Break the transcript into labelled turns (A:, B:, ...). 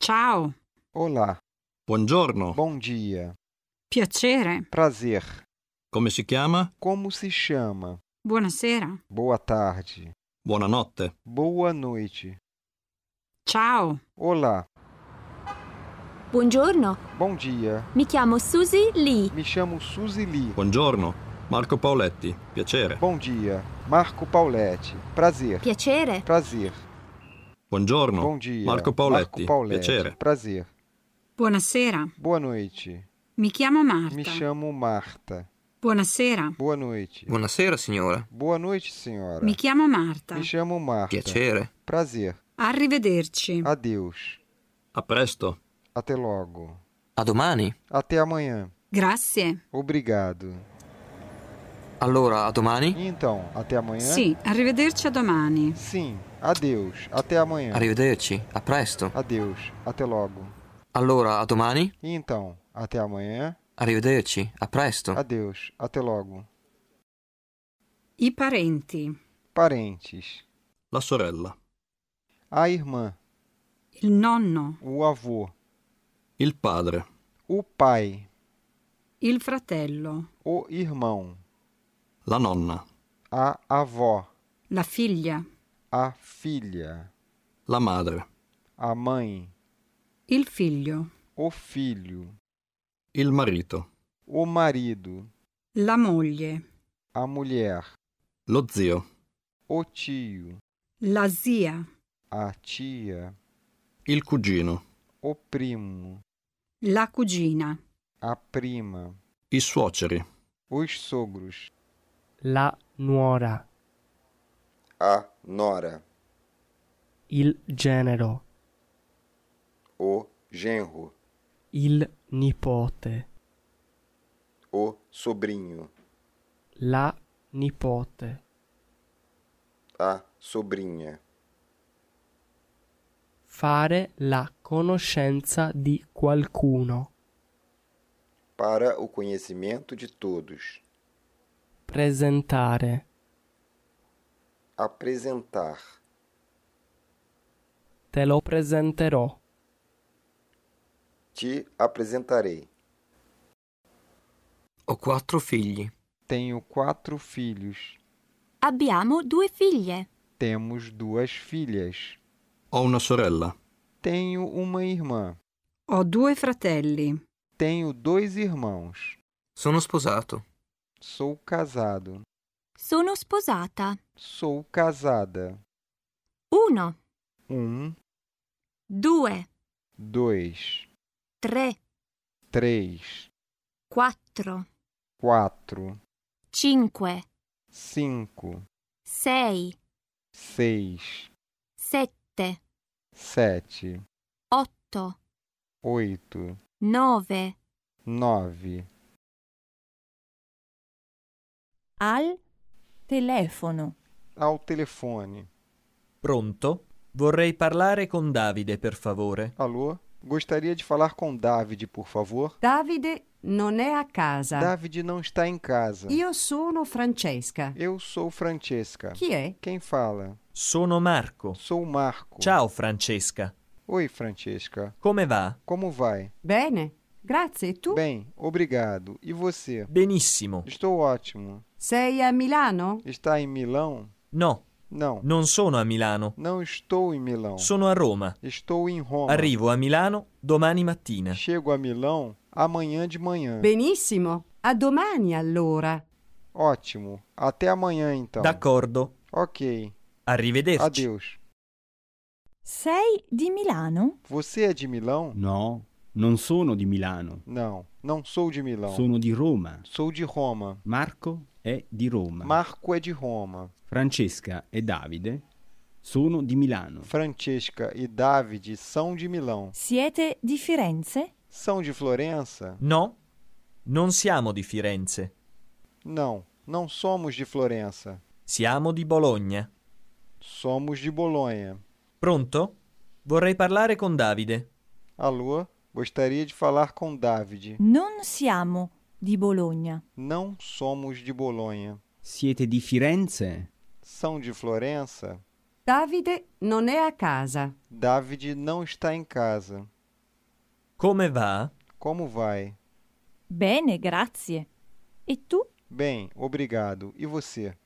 A: Ciao,
B: Olá,
C: Buongiorno.
B: bom dia,
A: piacere,
B: prazer.
C: Come si chiama?
B: Como se chama?
A: buonasera.
B: Boa tarde,
C: Buonanotte.
B: boa noite.
A: Ciao,
B: Olá,
D: Buongiorno,
B: bom dia.
D: mi chiamo Susie Lee.
B: Me chamo Suzy Lee.
C: Buongiorno. Marco Paoletti. Piacere.
B: Bom dia, Marco Pauletti. Prazer,
D: Piacere.
B: prazer.
C: Buongiorno.
B: Bom dia,
C: Marco
B: Marco
C: Paoletti.
B: Pauletti.
C: Piacere.
B: Prazer.
A: buonasera.
B: Boa noite.
A: Mi chiamo
B: Me
A: Marta.
B: chamo Marta.
A: Buonasera.
B: Boa noite.
E: Buonasera signora.
B: Boa noite, senhora.
A: Mi chiamo Marta.
B: Me chamo Marta.
E: Piacere.
B: Prazer. Ah.
A: Arrivederci.
B: Adeus.
C: A presto.
B: Até logo.
E: A domani.
B: Até amanhã.
A: Grazie.
B: Obrigado.
E: Allora, a domani.
B: E Então, até amanhã?
A: Sì, arrivederci a domani.
B: Sim. Adeus. Até amanhã.
E: Arrivederci. A presto.
B: Adeus. Até logo.
E: Allora, a domani.
B: E Então, até amanhã.
E: Arrivederci. A presto.
B: Adeus. Até logo.
A: I parenti.
B: Parentes.
C: La sorella.
B: A irmã.
A: Il nonno.
B: O avô.
C: Il padre.
B: O pai.
A: Il fratello.
B: O irmão.
C: La nonna.
B: A avó.
A: La figlia.
B: A filha.
C: La madre.
B: A mãe.
A: Il figlio.
B: O filho.
C: Il marito.
B: O marido.
A: La moglie.
B: A mulher.
C: Lo zio.
B: O tio.
A: La zia.
B: A tia.
C: Il cugino.
B: O primo.
A: La cugina.
B: A prima.
C: I suoceri.
B: Os sogros.
F: la nuora,
B: A nora.
F: il genero,
B: O genro.
F: il nipote,
B: O sobrinho.
F: la nipote,
B: A sobrinha.
F: fare la conoscenza di qualcuno,
B: Para o conhecimento de todos.
F: presentare,
B: Apresentar.
F: te lo presenterò,
B: Te apresentarei.
E: Ho quattro figli.
B: Tenho quatro filhos.
D: Abbiamo due figlie.
B: Temos duas filhas.
C: Ho una sorella.
B: Tenho uma irmã.
A: Ho due fratelli.
B: Tenho dois irmãos.
E: Sono sposato.
B: Sou casado.
D: Sono sposata.
B: Sou casada.
D: Uno,
B: Um,
D: due,
B: dois,
D: tre,
B: três,
D: quattro,
B: quatro,
D: cinque,
B: cinco,
D: sei,
B: seis,
D: sette,
B: sete,
D: otto,
B: oito,
D: nove.
B: nove.
G: Al telefono.
B: Ao telefone.
H: Pronto? Vorrei parlare con Davide, per favore.
B: Alô? Gostaria de falar com David, por favor.
I: Davide non è a casa.
B: David não está em casa.
I: Io sono Francesca.
B: Eu sou Francesca.
I: Chi è?
B: Quem fala?
H: Sono Marco.
B: Sou Marco.
H: Ciao Francesca.
B: Oi, Francesca.
H: Come va?
B: Como vai?
I: Bene. Grazie, e tu?
B: Bem, obrigado. E você?
H: Benissimo.
B: Estou ótimo.
I: Sei a Milano?
B: Está em Milão?
H: No,
B: Não,
H: non sono a Milano.
B: não estou em Milão.
H: Sono a Roma.
B: Estou em Roma.
H: Arrivo a Milano domani mattina.
B: Chego a Milão amanhã de manhã.
I: Benissimo. A domani allora.
B: Ótimo. Até amanhã então.
H: D'accordo.
B: Ok.
H: Arrivederci.
B: Adeus.
G: Sei di Milano?
B: Você é de Milão?
J: No, non sono di Milano,
B: Não, não sou de Milão.
J: sono di Roma.
B: Sou de Roma.
J: Marco è di Roma.
B: Marco é de Roma.
J: Francesca e Davide sono di Milano.
B: Francesca e David são de Milão.
G: Siete di Firenze?
B: São de Florença?
H: No, non siamo di Firenze.
B: Não, não somos de Florença.
H: Siamo di Bologna.
B: Somos de Bolonha.
H: Pronto? Vorrei parlare con Davide.
B: Alô, gostaria de falar com David.
G: Non siamo di Bologna.
B: Não somos de Bolonha.
J: Siete di Firenze?
B: São de Florença?
F: Davide non è a casa.
B: Davide não está em casa.
H: Come va?
B: Como vai?
D: Bene, grazie. E tu?
B: Bem, obrigado. E você?